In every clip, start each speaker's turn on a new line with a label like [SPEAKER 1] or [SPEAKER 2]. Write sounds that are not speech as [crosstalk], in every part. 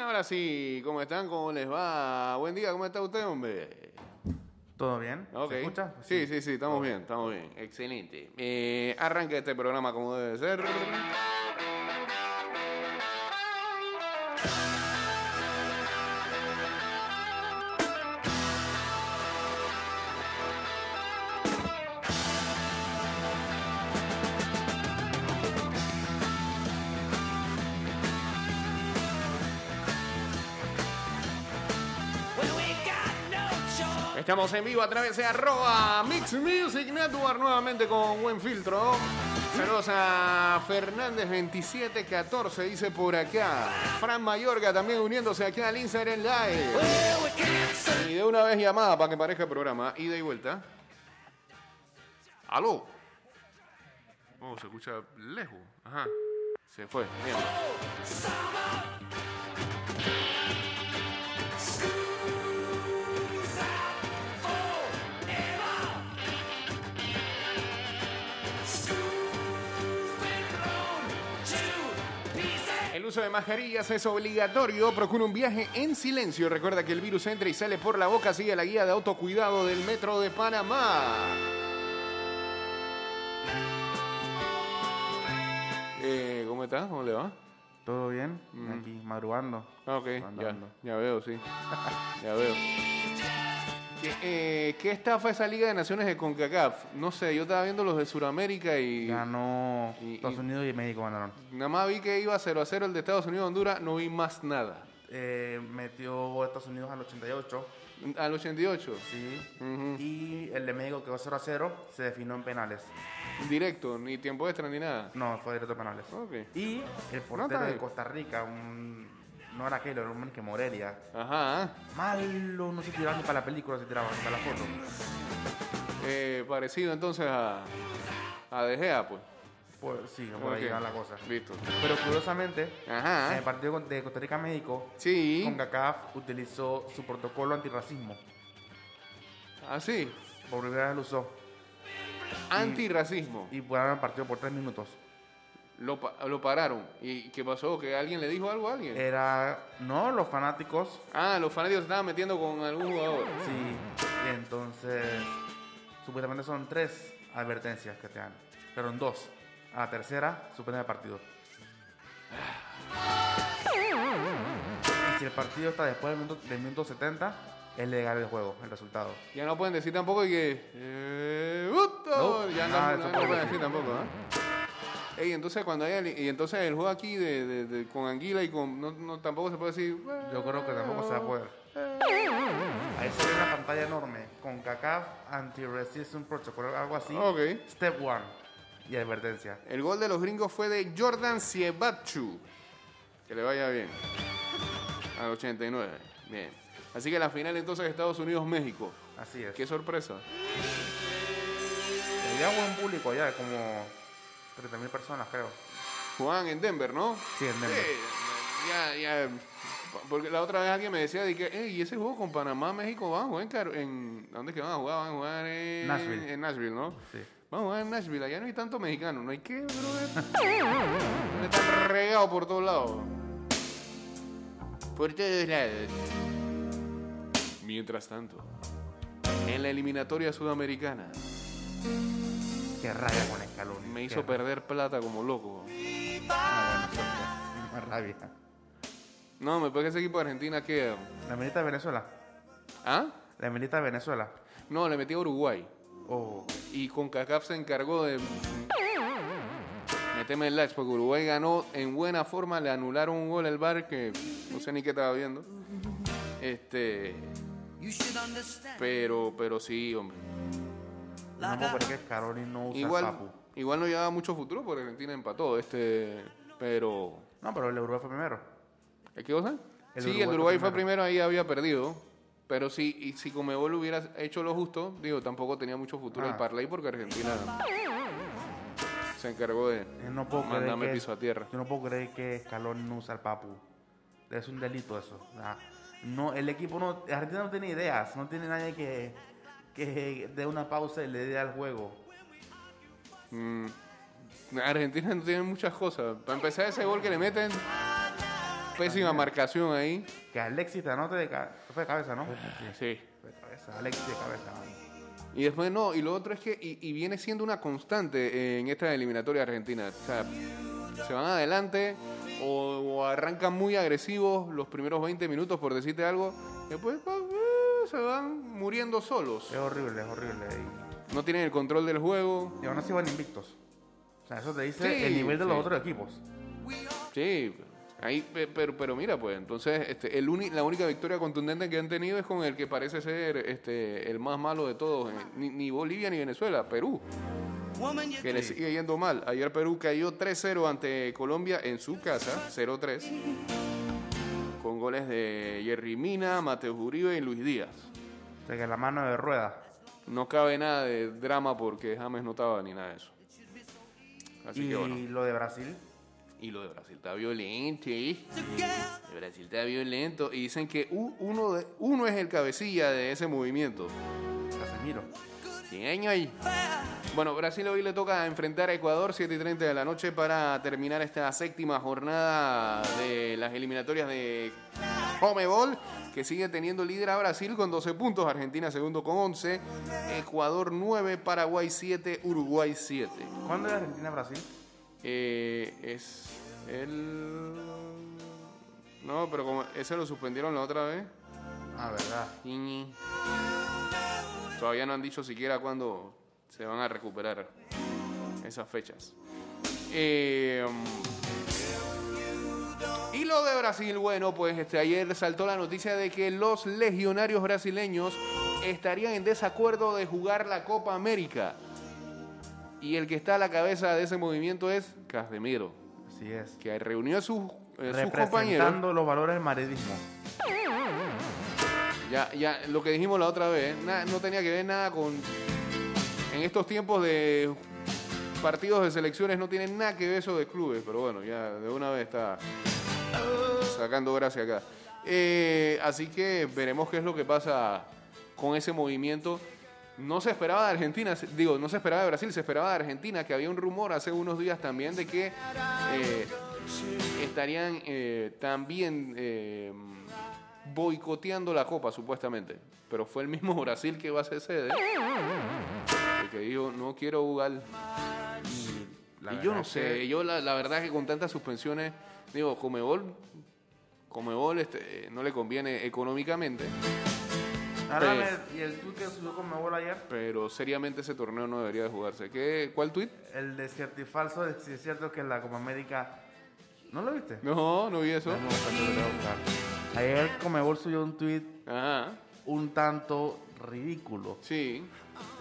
[SPEAKER 1] ahora sí, ¿cómo están? ¿Cómo les va? Buen día, ¿cómo está usted, hombre?
[SPEAKER 2] ¿Todo bien?
[SPEAKER 1] Ok.
[SPEAKER 2] ¿Se escucha? Pues
[SPEAKER 1] Sí, sí, sí, estamos bien, estamos bien. Excelente. Eh, arranca este programa como debe ser.
[SPEAKER 3] Well, we got no choice.
[SPEAKER 1] Estamos en vivo a través de arroba Mix Music Network nuevamente con buen filtro. Saludos a Fernández2714, dice por acá. Fran Mayorga también uniéndose aquí al Instagram Live.
[SPEAKER 3] Well, we can't say
[SPEAKER 1] Y de una vez llamada para que parezca programa, ida y vuelta. ¿Aló? Oh, se escucha lejos. Ajá. Se fue. Bien. El uso de mascarillas es obligatorio. Procura un viaje en silencio. Recuerda que el virus entra y sale por la boca. Sigue la guía de autocuidado del Metro de Panamá. Eh, ¿Cómo está? ¿Cómo le va?
[SPEAKER 2] ¿Todo bien?
[SPEAKER 1] Mm.
[SPEAKER 2] Aquí, madrugando.
[SPEAKER 1] Ah, ok, ya,
[SPEAKER 2] Andando.
[SPEAKER 1] ya veo, sí. [laughs] Ya veo. ¿Qué, eh, ¿Qué estafa esa Liga de Naciones de CONCACAF? No sé, yo estaba viendo los de Sudamérica y
[SPEAKER 2] Ganó
[SPEAKER 1] y-
[SPEAKER 2] Estados
[SPEAKER 1] y-
[SPEAKER 2] Unidos y México ganaron.
[SPEAKER 1] nada más vi que iba 0 a 0 el de Estados Unidos-Honduras, no vi más nada.
[SPEAKER 2] Eh, metió Estados Unidos al 88,
[SPEAKER 1] Al 88,
[SPEAKER 2] sí.
[SPEAKER 1] Mm.
[SPEAKER 2] Y el de México quedó 0 a 0, se definió en penales.
[SPEAKER 1] directo, ni tiempo extra ni nada.
[SPEAKER 2] No, fue directo a penales.
[SPEAKER 1] Ok.
[SPEAKER 2] Y el portero
[SPEAKER 1] está
[SPEAKER 2] de
[SPEAKER 1] bien.
[SPEAKER 2] Costa Rica, un... no era aquel, era un man que Morelia.
[SPEAKER 1] Ajá.
[SPEAKER 2] Malo, no se tiraba ni para la película, se tiraba ni para la foto.
[SPEAKER 1] Eh, parecido entonces a, a De Gea, pues.
[SPEAKER 2] Pues sí, por ahí
[SPEAKER 1] Ok. ah.
[SPEAKER 2] va la cosa.
[SPEAKER 1] Listo.
[SPEAKER 2] Pero curiosamente,
[SPEAKER 1] Ajá.
[SPEAKER 2] en el partido con- de Costa Rica-México,
[SPEAKER 1] Sí.
[SPEAKER 2] CONCACAF utilizó su protocolo antirracismo.
[SPEAKER 1] Así.
[SPEAKER 2] Por primera vez lo usó.
[SPEAKER 1] Antirracismo.
[SPEAKER 2] Y ganaron el partido por tres minutos.
[SPEAKER 1] Lo, pa- lo pararon. ¿Y qué pasó? ¿Que alguien le dijo algo a alguien?
[SPEAKER 2] Era. No, los fanáticos.
[SPEAKER 1] Ah, los fanáticos se estaban metiendo con algún jugador.
[SPEAKER 2] Sí. Y entonces. Supuestamente son tres advertencias que te dan. Pero en dos. A la tercera, suspenden el partido. Y si el partido está después del minuto, del minuto 70, es legal el juego, el resultado.
[SPEAKER 1] Ya no pueden decir tampoco y que. eh, ¡Uto!
[SPEAKER 2] No,
[SPEAKER 1] ya no,
[SPEAKER 2] nada de
[SPEAKER 1] no-
[SPEAKER 2] eso
[SPEAKER 1] no
[SPEAKER 2] puede
[SPEAKER 1] pueden decir
[SPEAKER 2] decir.
[SPEAKER 1] tampoco, ¿eh? Ey, entonces cuando hay ali- y entonces el juego aquí de, de- de- con Anguila y con no, no, tampoco se puede decir
[SPEAKER 2] Yo creo que tampoco se va a poder. Ahí se ve una pantalla enorme con CACAF Anti-Racism Protocol, algo así.
[SPEAKER 1] Ok.
[SPEAKER 2] Step 1 y advertencia.
[SPEAKER 1] El gol de los gringos fue de Jordan Siebachu. Que le vaya bien. Al 89. Bien. Así que la final entonces Estados Unidos-México.
[SPEAKER 2] Así es.
[SPEAKER 1] Qué sorpresa.
[SPEAKER 2] Había buen público allá, como 30.000 personas, creo.
[SPEAKER 1] Juan en Denver, ¿no?
[SPEAKER 2] Sí, en Denver.
[SPEAKER 1] Sí, ya, ya. Porque la otra vez alguien me decía de que, "Ey, ese juego con Panamá, México, van a jugar en, Car- en- ¿Dónde es que van a jugar? Van a jugar en
[SPEAKER 2] Nashville.
[SPEAKER 1] En Nashville, ¿no?
[SPEAKER 2] Sí.
[SPEAKER 1] Van a jugar en Nashville, allá no hay tanto mexicano, no hay que, brother. Están regados por todos lados. Por todos lados. Mientras tanto, en la eliminatoria sudamericana,
[SPEAKER 2] Qué rabia con Scaloni.
[SPEAKER 1] me
[SPEAKER 2] qué
[SPEAKER 1] hizo
[SPEAKER 2] rabia.
[SPEAKER 1] perder plata como loco.
[SPEAKER 2] Ah, bueno, Más rabia.
[SPEAKER 1] No, me parece que ese equipo de Argentina que...
[SPEAKER 2] La milita de Venezuela.
[SPEAKER 1] ¿Ah?
[SPEAKER 2] La milita de Venezuela.
[SPEAKER 1] No, le metí a Uruguay.
[SPEAKER 2] Oh,
[SPEAKER 1] Y CONCACAF se encargó de meterme el lash porque Uruguay ganó en buena forma. Le anularon un gol al bar que no sé ni qué estaba viendo. Este.
[SPEAKER 3] You should understand.
[SPEAKER 1] Pero, pero sí, hombre.
[SPEAKER 2] no puedo creer que Scaloni no usa
[SPEAKER 1] Igual,
[SPEAKER 2] papu.
[SPEAKER 1] igual no llevaba mucho futuro porque Argentina empató. Este. Pero.
[SPEAKER 2] No, pero el de Uruguay fue primero.
[SPEAKER 1] ¿Qué cosa?
[SPEAKER 2] El
[SPEAKER 1] sí,
[SPEAKER 2] Uruguay
[SPEAKER 1] el
[SPEAKER 2] fue
[SPEAKER 1] Uruguay fue primero,
[SPEAKER 2] primero.
[SPEAKER 1] ahí había perdido. Pero sí, y si Comebol hubiera hecho lo justo, digo, tampoco tenía mucho futuro
[SPEAKER 2] Ah.
[SPEAKER 1] el parlay porque Argentina se encargó de
[SPEAKER 2] Yo no puedo creer
[SPEAKER 1] mandarme
[SPEAKER 2] que,
[SPEAKER 1] piso a tierra.
[SPEAKER 2] Yo no puedo creer que Scaloni no usa el papu. Es un delito eso. O sea, no, el equipo no, Argentina no tiene ideas, no tiene nadie que, que dé una pausa y le dé al juego.
[SPEAKER 1] Mm. Argentina no tiene muchas cosas. Para empezar, ese gol que le meten Pésima marcación ahí.
[SPEAKER 2] Que Alexis te anote de cabeza. Fue de cabeza, ¿no?
[SPEAKER 1] Sí.
[SPEAKER 2] Fue de cabeza, Alexis de cabeza. mano.
[SPEAKER 1] Y después no, y lo otro es que, y, y viene siendo una constante en esta eliminatoria argentina. O sea, se van adelante o, o arrancan muy agresivos los primeros 20 minutos, por decirte algo. Después pa, eh, se van muriendo solos.
[SPEAKER 2] Es horrible, es horrible. Y-
[SPEAKER 1] No tienen el control del juego.
[SPEAKER 2] Y aún así van invictos. O sea, eso te dice
[SPEAKER 1] Sí,
[SPEAKER 2] el nivel de los
[SPEAKER 1] sí.
[SPEAKER 2] otros equipos.
[SPEAKER 1] Sí, ahí, pe- pero, pero mira, pues entonces este, el uni- la única victoria contundente que han tenido es con el que parece ser este, el más malo de todos. eh, Ni, ni Bolivia ni Venezuela, Perú.
[SPEAKER 3] Woman, you
[SPEAKER 1] que le sigue yendo mal. Ayer Perú cayó 3-0 ante Colombia en su casa, 0-3, con goles de Jerry Mina, Mateus Uribe y Luis Díaz.
[SPEAKER 2] O sea, que la mano de rueda.
[SPEAKER 1] No cabe nada de drama porque James no estaba ni nada de eso. Así
[SPEAKER 2] y
[SPEAKER 1] que bueno.
[SPEAKER 2] lo de Brasil.
[SPEAKER 1] Y lo de Brasil está violento. ¿eh?
[SPEAKER 3] together.
[SPEAKER 1] De Brasil está violento. Y dicen que u- uno, de- uno es el cabecilla de ese movimiento.
[SPEAKER 2] Casemiro.
[SPEAKER 1] 100 años ahí. Bueno, Brasil hoy le toca enfrentar a Ecuador 7 y 30 de la noche para terminar esta séptima jornada de las eliminatorias de Comebol, que sigue teniendo líder a Brasil con 12 puntos, Argentina segundo con 11, Ecuador 9, Paraguay 7, Uruguay 7.
[SPEAKER 2] ¿Cuándo es Argentina-Brasil?
[SPEAKER 1] Eh, es el... No, pero como ese lo suspendieron la otra vez.
[SPEAKER 2] Ah, verdad.
[SPEAKER 1] Ñi. Todavía no han dicho siquiera cuándo se van a recuperar esas fechas. Eh, y lo de Brasil, bueno, pues este, ayer saltó la noticia de que los legionarios brasileños estarían en desacuerdo de jugar la Copa América. Y el que está a la cabeza de ese movimiento es Casemiro,
[SPEAKER 2] Así es.
[SPEAKER 1] que reunió a sus, eh, sus compañeros.
[SPEAKER 2] Representando los valores del maredismo.
[SPEAKER 1] Ya, ya, lo que dijimos la otra vez, na- no tenía que ver nada con. En estos tiempos de partidos de selecciones no tienen nada que ver eso de clubes, pero bueno, ya de una vez está sacando gracia acá. Eh, así que veremos qué es lo que pasa con ese movimiento. No se esperaba de Argentina, se- digo, no se esperaba de Brasil, se esperaba de Argentina, que había un rumor hace unos días también de que eh, estarían eh, también eh, boicoteando la Copa, supuestamente. Pero fue el mismo [laughs] Brasil que va a ser sede. el Que dijo, no quiero jugar
[SPEAKER 2] Y, la
[SPEAKER 1] y yo
[SPEAKER 2] verdad
[SPEAKER 1] no
[SPEAKER 2] es
[SPEAKER 1] sé,
[SPEAKER 2] que
[SPEAKER 1] yo la, la verdad que con tantas suspensiones, digo, Comebol, Comebol este, eh, no le conviene económicamente, este-
[SPEAKER 2] Ahora
[SPEAKER 1] Sí.
[SPEAKER 2] me- y el tweet que subió con Mebol ayer,
[SPEAKER 1] pero seriamente ese torneo no debería de jugarse. ¿Qué, ¿Cuál tuit?
[SPEAKER 2] el de cierto y falso, de si es cierto que la Copa América. ¿No lo viste?
[SPEAKER 1] No, no vi eso.
[SPEAKER 2] Déjame buscarlo, lo voy a buscar. Ayer Comebol subió un tweet
[SPEAKER 1] Ajá,
[SPEAKER 2] un tanto ridículo.
[SPEAKER 1] sí.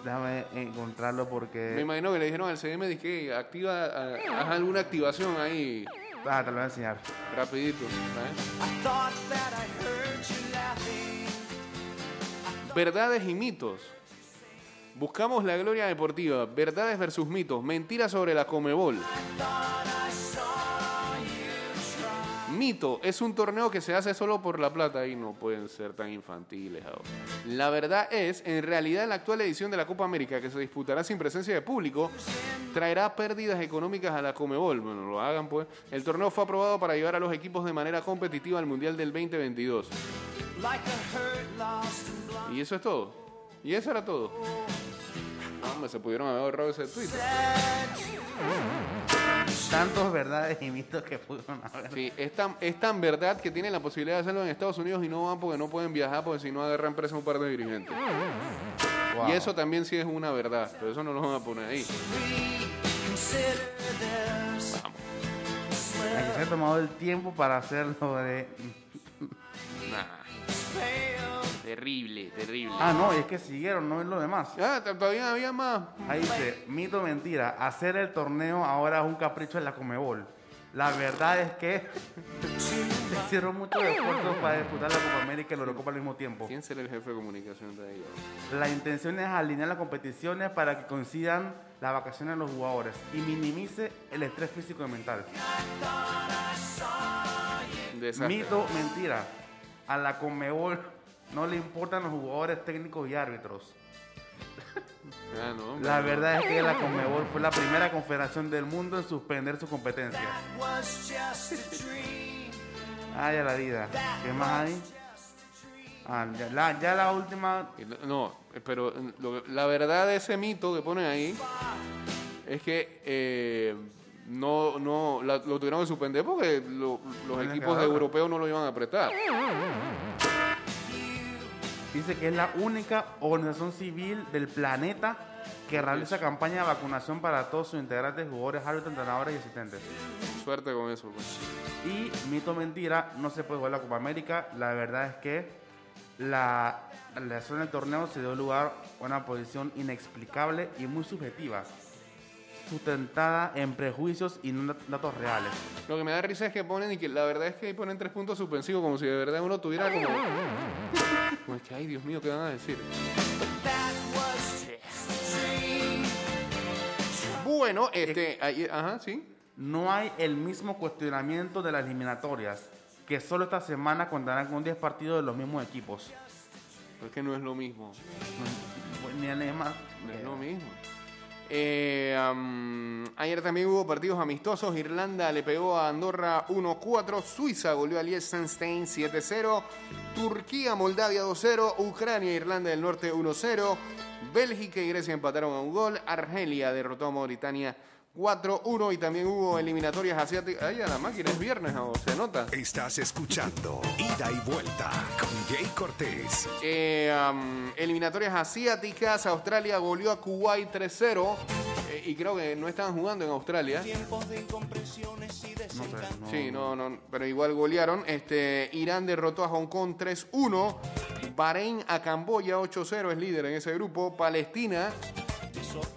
[SPEAKER 2] Déjame encontrarlo
[SPEAKER 1] Me
[SPEAKER 2] porque.
[SPEAKER 1] imagino que le dijeron al CM, dije, activa, ah, haz alguna activación ahí,
[SPEAKER 2] Ah, te lo voy a enseñar.
[SPEAKER 1] rapidito. ¿sabes?
[SPEAKER 3] I thought that I heard you laughing.
[SPEAKER 1] Verdades y mitos. Buscamos la gloria deportiva, verdades versus mitos, mentiras sobre la Comebol. Mito, es un torneo que se hace solo por la plata y no pueden ser tan infantiles ahora. La verdad es, en realidad la actual edición de la Copa América, que se disputará sin presencia de público, traerá pérdidas económicas a la Comebol. Bueno, lo hagan pues. El torneo fue aprobado para llevar a los equipos de manera competitiva al Mundial del 2022.
[SPEAKER 3] Like a hurt, lost and blind.
[SPEAKER 1] Y eso es todo. Y eso era todo. No, Hombre, se pudieron haber ahorrado ese tweet.
[SPEAKER 2] Tantos verdades y mitos que pudieron haber.
[SPEAKER 1] Sí, es tan, es tan verdad que tienen la posibilidad de hacerlo en Estados Unidos y no van porque no pueden viajar porque si no agarran presa un par de dirigentes.
[SPEAKER 2] Wow.
[SPEAKER 1] Y eso también sí es una verdad, pero eso no lo van a poner ahí.
[SPEAKER 3] Reconsider this.
[SPEAKER 2] Hay que se ha tomado el tiempo para hacerlo de.
[SPEAKER 1] Nah,
[SPEAKER 3] Fail.
[SPEAKER 1] terrible, terrible.
[SPEAKER 2] Ah, no, y es que siguieron, no es lo demás.
[SPEAKER 1] Ah, t- todavía había más.
[SPEAKER 2] Ahí dice, mito mentira, hacer el torneo ahora es un capricho de la Comebol. La verdad es que [laughs] se hicieron muchos esfuerzos para disputar la Copa América y la Eurocopa al mismo tiempo.
[SPEAKER 1] ¿Quién será el jefe de comunicación de ahí?
[SPEAKER 2] La intención es alinear las competiciones para que coincidan las vacaciones de los jugadores y minimice el estrés físico y mental.
[SPEAKER 1] Desastre.
[SPEAKER 2] Mito mentira, a la Comebol no le importan los jugadores técnicos y árbitros.
[SPEAKER 1] Ah, no, hombre.
[SPEAKER 2] La verdad es que la Comebol fue la primera confederación del mundo en suspender sus competencias.
[SPEAKER 3] That was just a dream.
[SPEAKER 2] Ay, a la vida. ¿Qué más hay? Ah, ya, la, ya la última.
[SPEAKER 1] Y no- No, pero lo que- la verdad de ese mito que ponen ahí es que eh, no, no la- lo tuvieron que suspender porque lo- los
[SPEAKER 2] Buena
[SPEAKER 1] equipos
[SPEAKER 2] cagada.
[SPEAKER 1] europeos no lo iban a prestar.
[SPEAKER 2] Dice que es la única organización civil del planeta que realiza campaña de vacunación para todos sus integrantes, jugadores, árbitros, entrenadores y asistentes.
[SPEAKER 1] Suerte con eso. pues.
[SPEAKER 2] Y mito mentira, no se puede jugar la Copa América. La verdad es que la realización del torneo se dio lugar a una posición inexplicable y muy subjetiva, sustentada en prejuicios y no en datos reales.
[SPEAKER 1] Lo que me da risa es que ponen y que la verdad es que ahí ponen tres puntos suspensivos como si de verdad uno tuviera como... Como es que, ay Dios mío, ¿qué van a decir?
[SPEAKER 3] That was just a dream.
[SPEAKER 1] Bueno, este... ahí- ajá, sí.
[SPEAKER 2] No hay el mismo cuestionamiento de las eliminatorias, que solo esta semana contarán con 10 partidos de los mismos equipos.
[SPEAKER 1] Pero es que no es lo mismo.
[SPEAKER 2] Ni además,
[SPEAKER 1] No es lo mismo. Eh, am, ayer también hubo partidos amistosos. Irlanda le pegó a Andorra 1-4. Suiza goleó a Liechtenstein 7-0. Turquía, Moldavia 2-0. Ucrania, e Irlanda del Norte 1-0. Bélgica y Grecia empataron a un gol. Argelia derrotó a Mauritania 4-1. Y también hubo eliminatorias asiáticas. Ay, a la máquina es viernes, ¿no? se nota.
[SPEAKER 4] Estás escuchando Ida y Vuelta con Jay Cortés.
[SPEAKER 1] Eh, am, eliminatorias asiáticas, Australia goleó a Kuwait 3-0 eh, y creo que no estaban jugando en Australia.
[SPEAKER 2] no sé, no-
[SPEAKER 1] Sí, no, no, pero igual golearon. Este, Irán derrotó a Hong Kong 3-1. Bahrein a Camboya 8-0 es líder en ese grupo. Palestina,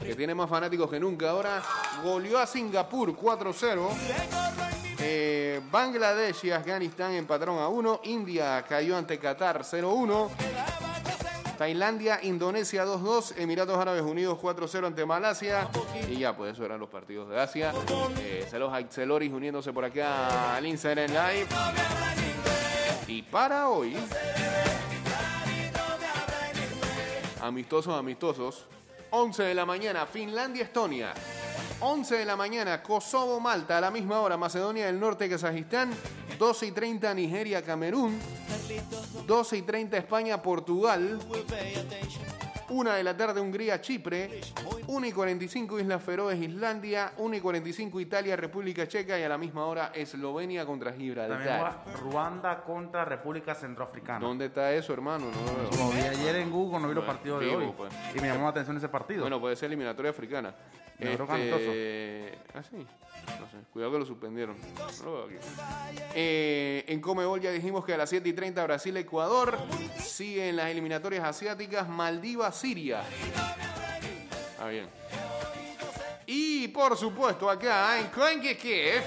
[SPEAKER 1] que tiene más fanáticos que nunca ahora, goleó a Singapur 4-0. Eh, Bangladesh y Afganistán empataron a 1. India cayó ante Qatar 0-1. Tailandia, Indonesia 2-2, Emiratos Árabes Unidos 4-0 ante Malasia. Y ya, pues eso eran los partidos de Asia. Eh, saludos a Axeloris uniéndose por acá al Instagram Live. Y para hoy, amistosos, amistosos, 11 de la mañana, Finlandia, Estonia. 11 de la mañana, Kosovo, Malta, a la misma hora, Macedonia del Norte, Kazajistán. 12 y 30, Nigeria, Camerún. 12 y 30 España, Portugal. 1 de la tarde Hungría, Chipre. 1 y 45 Islas Feroes, Islandia. 1 y 45 Italia, República Checa. Y a la misma hora Eslovenia contra
[SPEAKER 2] También
[SPEAKER 1] Gibraltar.
[SPEAKER 2] juega Ruanda contra República Centroafricana.
[SPEAKER 1] ¿Dónde está eso, hermano? No lo veo.
[SPEAKER 2] Lo vi ayer en Google, no vi los partidos de
[SPEAKER 1] vivo,
[SPEAKER 2] hoy.
[SPEAKER 1] pues.
[SPEAKER 2] Y me llamó la atención ese partido.
[SPEAKER 1] Bueno, puede ser eliminatoria africana.
[SPEAKER 2] Me abrió
[SPEAKER 1] Este... Ah, sí. No sé. Cuidado que lo suspendieron. No lo veo aquí. Eh, en Comebol ya dijimos que a las 7 y 30 Brasil-Ecuador. Siguen las eliminatorias asiáticas. Maldivas-Siria. Ah, bien. Y por supuesto acá en CONCACAF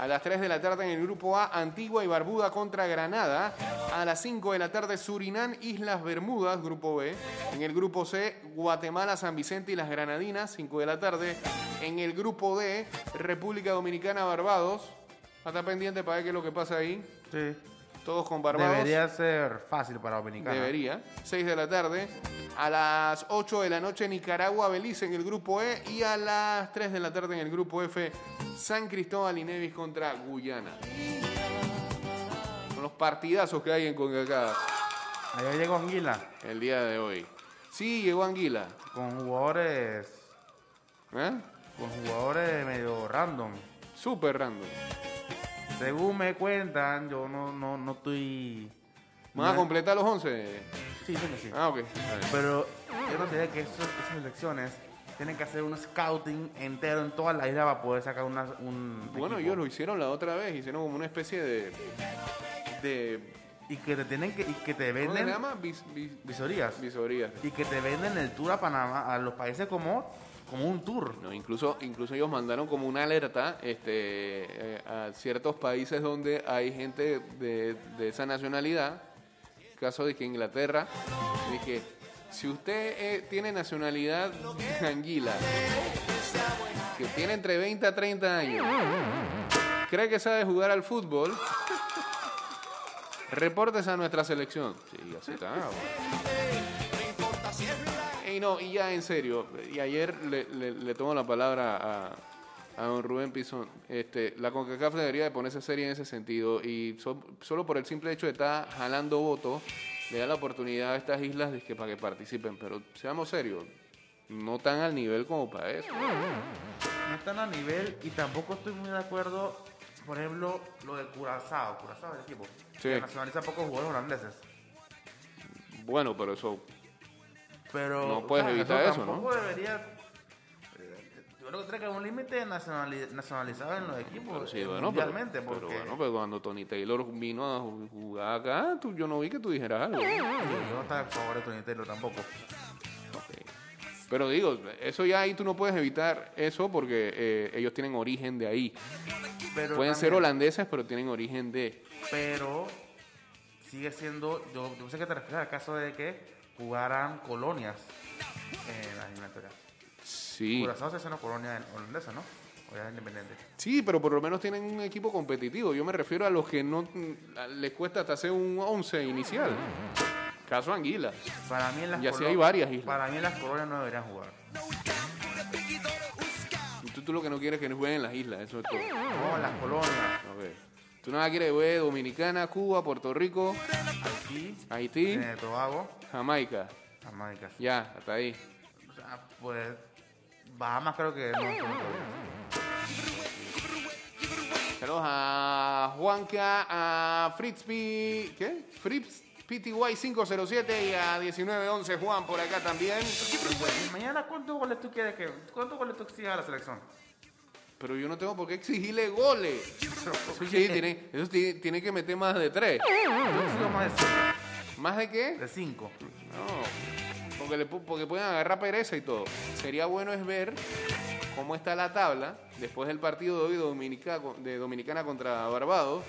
[SPEAKER 1] a las 3 de la tarde en el grupo A Antigua y Barbuda contra Granada, a las 5 de la tarde Surinam, Islas Bermudas, grupo B, en el grupo C Guatemala, San Vicente y las Granadinas, 5 de la tarde, en el grupo D República Dominicana, Barbados, está pendiente para ver qué es lo que pasa ahí,
[SPEAKER 2] Sí.
[SPEAKER 1] todos con Barbados.
[SPEAKER 2] Debería ser fácil para Dominicana.
[SPEAKER 1] Debería. 6 de la tarde. A las 8 de la noche Nicaragua, Belice en el grupo E. Y a las 3 de la tarde en el grupo F, San Cristóbal y Nevis contra Guyana. Son los partidazos que hay en CONCACAF
[SPEAKER 2] Ayer llegó Anguila
[SPEAKER 1] el día de hoy. Sí, llegó Anguila.
[SPEAKER 2] con jugadores,
[SPEAKER 1] ¿Eh?
[SPEAKER 2] con jugadores medio random.
[SPEAKER 1] Súper random.
[SPEAKER 2] Según me cuentan, yo no, no, no estoy.
[SPEAKER 1] ¿Van a
[SPEAKER 2] no-
[SPEAKER 1] completar los 11?
[SPEAKER 2] Sí, sí, que sí.
[SPEAKER 1] Ah, ok. Está bien.
[SPEAKER 2] Pero yo considero que esos- esas elecciones tienen que hacer un scouting entero en toda la isla para poder sacar una, un.
[SPEAKER 1] Bueno,
[SPEAKER 2] equipo.
[SPEAKER 1] ellos lo hicieron la otra vez. Hicieron como una especie de... de
[SPEAKER 2] Y que te tienen que. Y que te
[SPEAKER 1] ¿Cómo se
[SPEAKER 2] venden.
[SPEAKER 1] llama? Vis- vis-
[SPEAKER 2] Visorías.
[SPEAKER 1] visorías.
[SPEAKER 2] Y que te venden el tour a Panamá, a los países como, como un tour.
[SPEAKER 1] No, incluso, incluso ellos mandaron como una alerta este, eh, a ciertos países donde hay gente de, de esa nacionalidad. Caso de que Inglaterra, dije, si usted eh, tiene nacionalidad [laughs] anguila, que tiene entre 20 a 30 años, cree que sabe jugar al fútbol, [laughs] reportes a nuestra selección. Sí, así está. bueno. Y no, y ya en serio, y ayer le, le- le tomo la palabra a don Rubén Pizón. Este, la CONCACAF debería de ponerse seria en ese sentido y so- solo por el simple hecho de estar jalando votos le da la oportunidad a estas islas de que, para que participen, pero seamos serios, no tan al nivel como para eso.
[SPEAKER 2] No están a nivel y tampoco estoy muy de acuerdo, por ejemplo, lo de Curazao. Curazao es el equipo.
[SPEAKER 1] Sí.
[SPEAKER 2] Que nacionaliza pocos jugadores holandeses.
[SPEAKER 1] Bueno, pero eso
[SPEAKER 2] Pero.
[SPEAKER 1] No puedes evitar eso,
[SPEAKER 2] Tampoco debería. eh, Yo creo que tiene que haber un límite nacionali- nacionalizado en los equipos.
[SPEAKER 1] Pero sí,
[SPEAKER 2] eh,
[SPEAKER 1] bueno, pero,
[SPEAKER 2] mundialmente,
[SPEAKER 1] pero
[SPEAKER 2] porque
[SPEAKER 1] bueno, pero cuando Tony Taylor vino a ju- jugar acá, tú- yo no vi que tú dijeras algo. ¿no?
[SPEAKER 2] yo no estaba a favor de Tony Taylor tampoco.
[SPEAKER 1] Pero digo, eso ya ahí tú no puedes evitar eso porque eh, ellos tienen origen de ahí.
[SPEAKER 2] Pero
[SPEAKER 1] Pueden ser
[SPEAKER 2] también-
[SPEAKER 1] holandeses, pero tienen origen de...
[SPEAKER 2] pero sigue siendo, yo, yo sé que te refieres al caso de que jugaran colonias en la eliminatoria.
[SPEAKER 1] Sí.
[SPEAKER 2] Curazao se hace una colonia holandesa, ¿no? O ya es independiente.
[SPEAKER 1] Sí, pero por lo menos tienen un equipo competitivo. Yo me refiero a los que no a- les cuesta hasta hacer un 11 inicial. Caso Anguila.
[SPEAKER 2] Para mí en las
[SPEAKER 1] Y así
[SPEAKER 2] colo-
[SPEAKER 1] hay varias islas.
[SPEAKER 2] Para mí en las colonias no deberían jugar.
[SPEAKER 1] Tú, tú lo que no quieres es que no jueguen en las islas, eso es todo.
[SPEAKER 2] No, en las colonias.
[SPEAKER 1] Ok. Tú nada quieres ver Dominicana, Cuba, Puerto Rico,
[SPEAKER 2] Aquí,
[SPEAKER 1] Haití,
[SPEAKER 2] en el Tobago,
[SPEAKER 1] Jamaica.
[SPEAKER 2] Jamaica.
[SPEAKER 1] Ya, hasta ahí.
[SPEAKER 2] O sea, pues Bahamas creo que no. creo que-
[SPEAKER 1] Saludos a Juanca, a Fritz P... ¿Qué? Fritz PTY 507 y a 1911 Juan por acá también.
[SPEAKER 2] Y Mañana, ¿cuántos goles tú quieres que.? ¿Cuántos goles tú exiges a la selección?
[SPEAKER 1] Pero yo no tengo por qué exigirle goles. Eso sí, tiene, eso sí, tiene que meter más de tres.
[SPEAKER 2] Yo exijo más de cinco.
[SPEAKER 1] ¿Más de qué?
[SPEAKER 2] De cinco.
[SPEAKER 1] No. Porque, le pu- porque pueden agarrar pereza y todo. Sería bueno es ver cómo está la tabla después del partido de hoy Dominica- de Dominicana contra Barbados.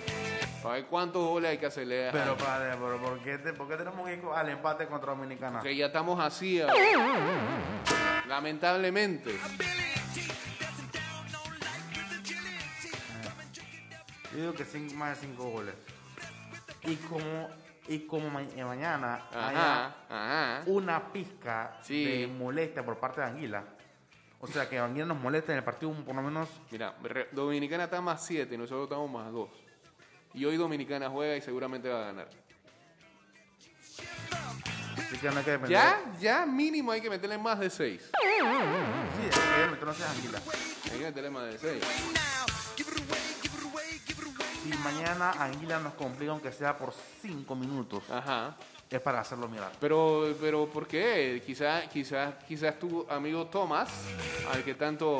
[SPEAKER 1] Para ver cuántos goles hay que hacerle a-
[SPEAKER 2] Pero padre, pero ¿por qué, te- por qué tenemos que ir al empate contra Dominicana?
[SPEAKER 1] Que ya estamos así ahora. Lamentablemente.
[SPEAKER 2] Yo digo que cinco- más de cinco goles. Y como, y como ma- eh, mañana
[SPEAKER 1] Ajá,
[SPEAKER 2] haya
[SPEAKER 1] ajá.
[SPEAKER 2] una pizca
[SPEAKER 1] Sí.
[SPEAKER 2] de molestia por parte de Anguila. O sea, que Anguila nos moleste en el partido por lo menos
[SPEAKER 1] Mira, re- Dominicana está más 7 y nosotros estamos más 2. Y hoy Dominicana juega y seguramente va a ganar.
[SPEAKER 2] así que no hay que depender.
[SPEAKER 1] Ya, ya mínimo hay que meterle más de 6.
[SPEAKER 2] Sí, es que el entonces Anguila.
[SPEAKER 1] Hay que meterle más de 6.
[SPEAKER 2] Si mañana Anguila nos complica aunque sea por cinco minutos,
[SPEAKER 1] Ajá.
[SPEAKER 2] es para hacerlo mirar.
[SPEAKER 1] Pero, pero, ¿por qué? Quizás, quizás, quizás tu amigo Tomás, al que tanto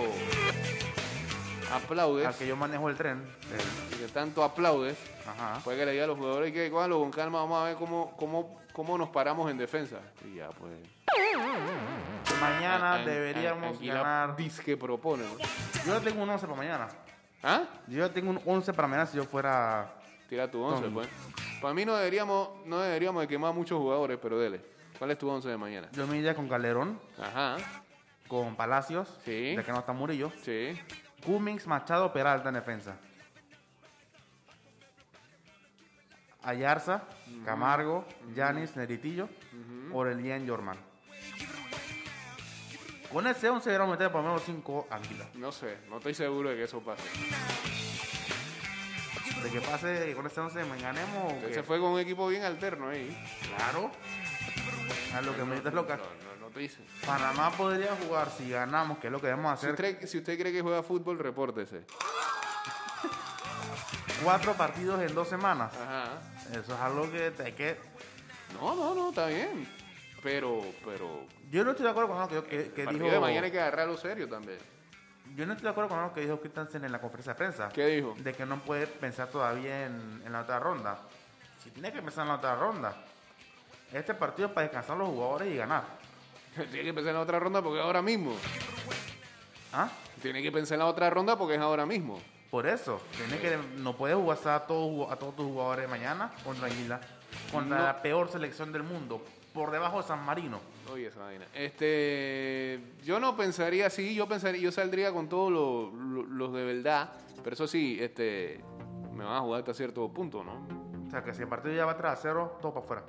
[SPEAKER 2] Al
[SPEAKER 1] aplaudes,
[SPEAKER 2] que yo manejo el tren. el-
[SPEAKER 1] al que tanto aplaudes,
[SPEAKER 2] ajá.
[SPEAKER 1] Puede Pues que le diga a los jugadores que cójanlo con calma, vamos a ver cómo, cómo, cómo nos paramos en defensa. Y ya, pues.
[SPEAKER 2] Mañana
[SPEAKER 1] An- an-
[SPEAKER 2] deberíamos
[SPEAKER 1] Anguila
[SPEAKER 2] ganar.
[SPEAKER 1] Disque propone. ¿no?
[SPEAKER 2] Yo tengo un 11 para mañana.
[SPEAKER 1] ¿Ah?
[SPEAKER 2] Yo ya tengo un 11 para mañana si yo fuera.
[SPEAKER 1] Tira tu once,
[SPEAKER 2] Tom.
[SPEAKER 1] pues. Para mí no deberíamos, no deberíamos de quemar muchos jugadores, pero dele. ¿Cuál es tu once de mañana?
[SPEAKER 2] Yo me iría con Calderón,
[SPEAKER 1] Ajá.
[SPEAKER 2] con Palacios,
[SPEAKER 1] Sí.
[SPEAKER 2] ya que no está Murillo.
[SPEAKER 1] Sí.
[SPEAKER 2] Cummings, Machado, Peralta en defensa. Ayarza, Camargo, Yanis, Neritillo, Aurelien, Yorman. Con ese 11 deberíamos meter por lo menos 5 Águila.
[SPEAKER 1] No sé, no estoy seguro de que eso pase.
[SPEAKER 2] De que pase con ese 11 me ganemos. o
[SPEAKER 1] Él
[SPEAKER 2] qué?
[SPEAKER 1] se fue con un equipo bien alterno ahí.
[SPEAKER 2] Claro. A lo que me dices
[SPEAKER 1] No,
[SPEAKER 2] loca.
[SPEAKER 1] no, no te dice.
[SPEAKER 2] Panamá podría jugar si ganamos, que es lo que debemos
[SPEAKER 1] Si
[SPEAKER 2] hacer.
[SPEAKER 1] usted, si usted cree que juega fútbol, repórtese.
[SPEAKER 2] Cuatro partidos en dos semanas.
[SPEAKER 1] Ajá.
[SPEAKER 2] Eso es algo que te- hay que.
[SPEAKER 1] No, no, no, está bien. Pero, pero.
[SPEAKER 2] Yo no estoy de acuerdo con lo que, que- que
[SPEAKER 1] El partido
[SPEAKER 2] dijo.
[SPEAKER 1] de mañana hay que agarrarlo serio también.
[SPEAKER 2] Yo no estoy de acuerdo con lo que dijo Christensen en la conferencia de prensa.
[SPEAKER 1] ¿Qué dijo?
[SPEAKER 2] De que no puede pensar todavía en, en la otra ronda. Si tiene que pensar en la otra ronda. Este partido es para descansar los jugadores y ganar.
[SPEAKER 1] [laughs] Tiene que pensar en la otra ronda porque es ahora mismo.
[SPEAKER 2] ¿Ah?
[SPEAKER 1] Tiene que pensar en la otra ronda porque es ahora mismo.
[SPEAKER 2] Por eso, tiene que, no puedes jugar a todos, a todos tus jugadores mañana contra Anguila, contra
[SPEAKER 1] No.
[SPEAKER 2] la peor selección del mundo, por debajo de San Marino.
[SPEAKER 1] Oye, esa vaina. Este, yo no pensaría así, yo pensaría, yo saldría con todos los los de verdad, pero eso sí, este, me van a jugar hasta cierto punto, ¿no?
[SPEAKER 2] O sea, que si el partido ya va 3 a 0, todo para afuera.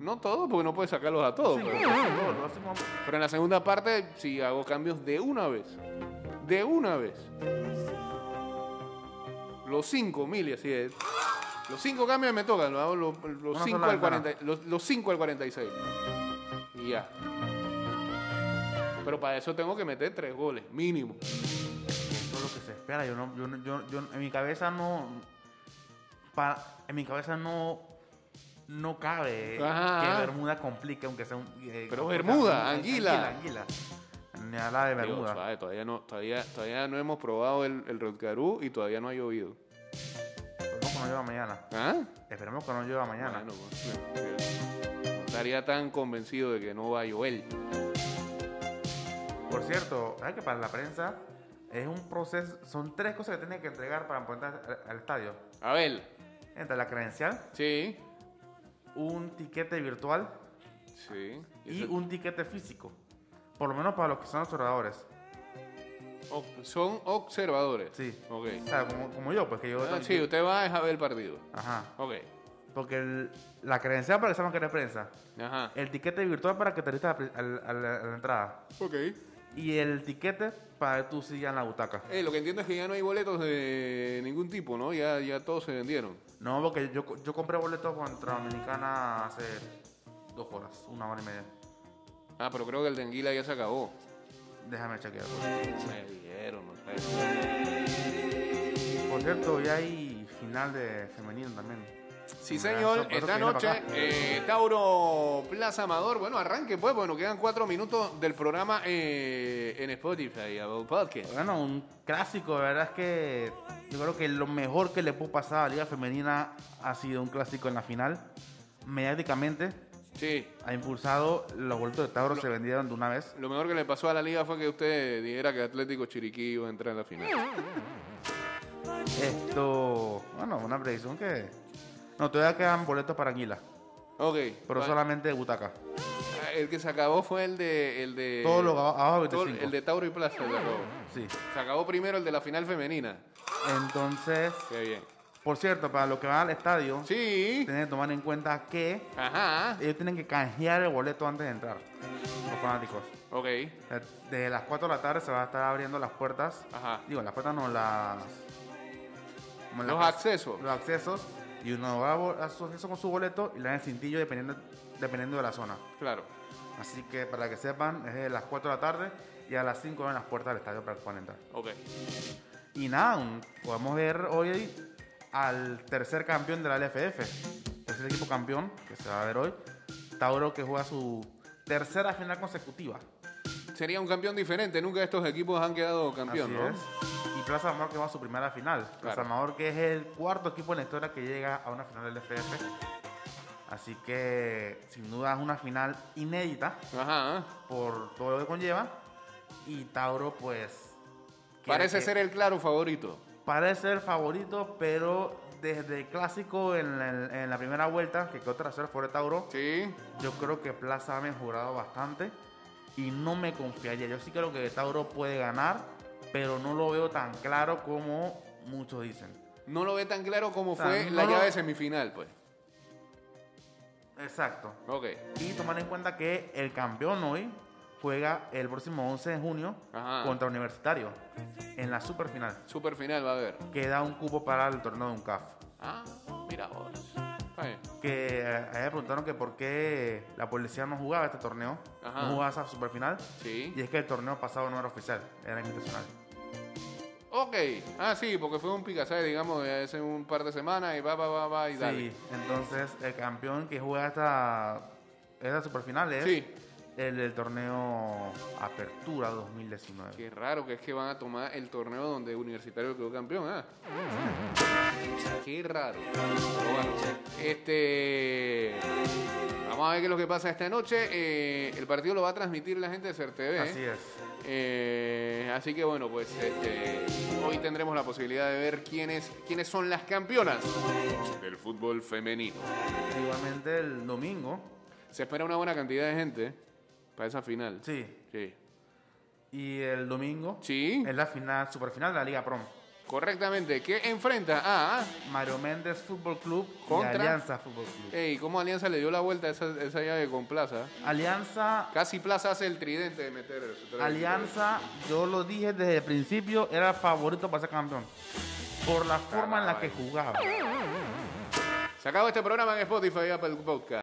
[SPEAKER 1] No todos, porque no puedes sacarlos a todos. pues.
[SPEAKER 2] Sí,
[SPEAKER 1] pero,
[SPEAKER 2] porque si no, lo hacemos-
[SPEAKER 1] pero en la segunda parte, si hago cambios de una vez. de una vez los cinco mil y así es. Los cinco cambios me tocan, lo hago los, los
[SPEAKER 2] Una
[SPEAKER 1] cinco
[SPEAKER 2] sola
[SPEAKER 1] al
[SPEAKER 2] ventana.
[SPEAKER 1] 40 los, los cinco al 46. Y ya. Pero para eso tengo que meter tres goles, mínimo.
[SPEAKER 2] Eso es lo que se espera. Yo no, yo, no- yo, yo- en mi cabeza no. pa- en mi cabeza no. No cabe
[SPEAKER 1] Ajá.
[SPEAKER 2] que Bermuda complique, aunque sea un. eh,
[SPEAKER 1] Pero
[SPEAKER 2] complica-
[SPEAKER 1] Bermuda,
[SPEAKER 2] eh,
[SPEAKER 1] anguila.
[SPEAKER 2] Anguila, anguila. Ni habla de
[SPEAKER 1] Digo,
[SPEAKER 2] Bermuda.
[SPEAKER 1] suave, todavía, no, todavía, todavía no hemos probado el, el Rodcarú y todavía no ha llovido.
[SPEAKER 2] Esperemos que no llueva mañana.
[SPEAKER 1] ¿Ah?
[SPEAKER 2] Esperemos que no llueva mañana.
[SPEAKER 1] Bueno, pues, no estaría tan convencido de que no va a llover.
[SPEAKER 2] Por cierto, ¿sabes que para la prensa es un proceso? Son tres cosas que tienen que entregar para apuntar al estadio:
[SPEAKER 1] A ver,
[SPEAKER 2] entre la credencial,
[SPEAKER 1] sí,
[SPEAKER 2] un tiquete virtual
[SPEAKER 1] sí.
[SPEAKER 2] y
[SPEAKER 1] eso-
[SPEAKER 2] un tiquete físico. Por lo menos para los que son observadores.
[SPEAKER 1] ob- son observadores.
[SPEAKER 2] Sí.
[SPEAKER 1] Ok.
[SPEAKER 2] O sea, como, como yo, pues que yo.
[SPEAKER 1] Ah, sí, usted va a ver el partido.
[SPEAKER 2] Ajá.
[SPEAKER 1] Ok.
[SPEAKER 2] Porque el- la credencial para que sepan que eres prensa.
[SPEAKER 1] Ajá.
[SPEAKER 2] El tiquete virtual para que te listes a, pri- al- al- a la entrada.
[SPEAKER 1] Ok.
[SPEAKER 2] Y el tiquete para que tú sigas en la butaca.
[SPEAKER 1] Eh, lo que entiendo es que ya no hay boletos de ningún tipo, ¿no? Ya, ya todos se vendieron.
[SPEAKER 2] No, porque yo, co- yo compré boletos contra Dominicana hace dos horas, una hora y media.
[SPEAKER 1] Ah, pero creo que el de Anguila ya se acabó.
[SPEAKER 2] Déjame chequear.
[SPEAKER 1] Me dijeron, no sé.
[SPEAKER 2] Por cierto, hoy hay final de femenino también.
[SPEAKER 1] Sí,
[SPEAKER 2] Mira,
[SPEAKER 1] señor.
[SPEAKER 2] eso- eso
[SPEAKER 1] Esta
[SPEAKER 2] que viene
[SPEAKER 1] noche,
[SPEAKER 2] para acá.
[SPEAKER 1] eh, Tauro Plaza Amador. Bueno, arranque pues, bueno, quedan cuatro minutos del programa eh, en Spotify, Apple Podcast.
[SPEAKER 2] Bueno, un clásico, la verdad es que yo creo que lo mejor que le pudo pasar a la Liga Femenina ha sido un clásico en la final. Mediáticamente
[SPEAKER 1] Sí.
[SPEAKER 2] ha impulsado, los boletos de Tauro se vendieron de una vez.
[SPEAKER 1] Lo mejor que le pasó a la liga fue que usted dijera que Atlético Chiriquí iba a entrar en la final.
[SPEAKER 2] Esto, bueno, una predicción que... No, todavía quedan boletos para Anguila,
[SPEAKER 1] Ok.
[SPEAKER 2] pero
[SPEAKER 1] va-
[SPEAKER 2] solamente de butaca.
[SPEAKER 1] Ah, El que se acabó fue el de. El de
[SPEAKER 2] Todo lo Ah, abajo- abajo de
[SPEAKER 1] Eh, todo-
[SPEAKER 2] 25.
[SPEAKER 1] El de Tauro y Plaza. se acabó.
[SPEAKER 2] Sí.
[SPEAKER 1] Se acabó primero el de la final femenina.
[SPEAKER 2] Entonces,
[SPEAKER 1] Qué bien.
[SPEAKER 2] por cierto, para los que van al estadio,
[SPEAKER 1] Sí.
[SPEAKER 2] tienen que tomar en cuenta que
[SPEAKER 1] Ajá.
[SPEAKER 2] ellos tienen que canjear el boleto antes de entrar, los fanáticos.
[SPEAKER 1] Ok.
[SPEAKER 2] O sea, Desde las 4 de la tarde se van a estar abriendo las puertas.
[SPEAKER 1] Ajá.
[SPEAKER 2] Digo, las puertas no, las. como
[SPEAKER 1] Los
[SPEAKER 2] las-
[SPEAKER 1] accesos.
[SPEAKER 2] Los accesos. Y uno va a bo- a su acceso con su boleto y le dan el cintillo dependiendo, dependiendo de la zona.
[SPEAKER 1] Claro.
[SPEAKER 2] Así que para que sepan, es de las 4 de la tarde y a las 5 abren las puertas del estadio para que puedan entrar.
[SPEAKER 1] Ok.
[SPEAKER 2] Y nada, un- podemos ver hoy al tercer campeón de la LFF. Tercer equipo campeón que se va a ver hoy. Tauro que juega su tercera final consecutiva.
[SPEAKER 1] Sería un campeón diferente. Nunca estos equipos han quedado campeón,
[SPEAKER 2] Así
[SPEAKER 1] ¿no?
[SPEAKER 2] es. Y Plaza Amador que va a su primera final. Plaza
[SPEAKER 1] Claro.
[SPEAKER 2] Amador que es el cuarto equipo en la historia que llega a una final del FF. Así que sin duda es una final inédita
[SPEAKER 1] Ajá.
[SPEAKER 2] por todo lo que conlleva. Y Tauro pues... que-
[SPEAKER 1] Parece
[SPEAKER 2] que-
[SPEAKER 1] ser el claro favorito.
[SPEAKER 2] Parece el favorito, pero desde el clásico en la, en- en la primera vuelta, que quedó tercero fue Tauro,
[SPEAKER 1] Sí.
[SPEAKER 2] yo creo que Plaza ha mejorado bastante y no me confiaría. Yo sí creo que Tauro puede ganar, pero no lo veo tan claro como muchos dicen.
[SPEAKER 1] No lo ve tan claro como
[SPEAKER 2] O sea,
[SPEAKER 1] fue
[SPEAKER 2] no
[SPEAKER 1] la
[SPEAKER 2] lo-
[SPEAKER 1] llave semifinal, pues.
[SPEAKER 2] Exacto.
[SPEAKER 1] Ok.
[SPEAKER 2] Y tomar en cuenta que el campeón hoy juega el próximo 11 de junio
[SPEAKER 1] Ajá.
[SPEAKER 2] contra Universitario en la superfinal,
[SPEAKER 1] Super final va a haber.
[SPEAKER 2] que da un cupo para el torneo de un CAF.
[SPEAKER 1] Ah, mira vos. Está bien.
[SPEAKER 2] Que eh, a ella le preguntaron que por qué la policía no jugaba este torneo,
[SPEAKER 1] Ajá.
[SPEAKER 2] no jugaba esa superfinal.
[SPEAKER 1] Sí.
[SPEAKER 2] Y es que el torneo pasado no era oficial, era invitacional.
[SPEAKER 1] Ok. Ah, sí, porque fue un picasay, digamos, de hace un par de semanas y va, va, va, va y dale.
[SPEAKER 2] Sí, entonces el campeón que juega esta, esta superfinal es
[SPEAKER 1] Sí.
[SPEAKER 2] el del torneo Apertura 2019.
[SPEAKER 1] Qué raro que es que van a tomar el torneo donde Universitario quedó campeón, ¿ah? Qué raro. Pero bueno, este. Vamos a ver qué es lo que pasa esta noche. Eh, el partido lo va a transmitir la gente de CERTV.
[SPEAKER 2] Así es.
[SPEAKER 1] Eh, así que bueno, pues este, hoy tendremos la posibilidad de ver quiénes, quiénes son las campeonas del fútbol femenino.
[SPEAKER 2] Igualmente el domingo,
[SPEAKER 1] Se espera una buena cantidad de gente para esa final.
[SPEAKER 2] sí,
[SPEAKER 1] Sí.
[SPEAKER 2] y el domingo
[SPEAKER 1] Sí.
[SPEAKER 2] es la final, superfinal de la Liga Prom.
[SPEAKER 1] Correctamente, que enfrenta a...
[SPEAKER 2] Mario Méndez Fútbol Club
[SPEAKER 1] Contra-
[SPEAKER 2] y Alianza Fútbol Club.
[SPEAKER 1] Ey, ¿cómo Alianza le dio la vuelta a esa, esa llave con Plaza?
[SPEAKER 2] Alianza,
[SPEAKER 1] Casi Plaza hace el tridente de meter... el-
[SPEAKER 2] Alianza, yo lo dije desde el principio, era favorito para ser campeón. Por la forma en la que jugaba.
[SPEAKER 1] Se acabó este programa en Spotify y Apple Podcast.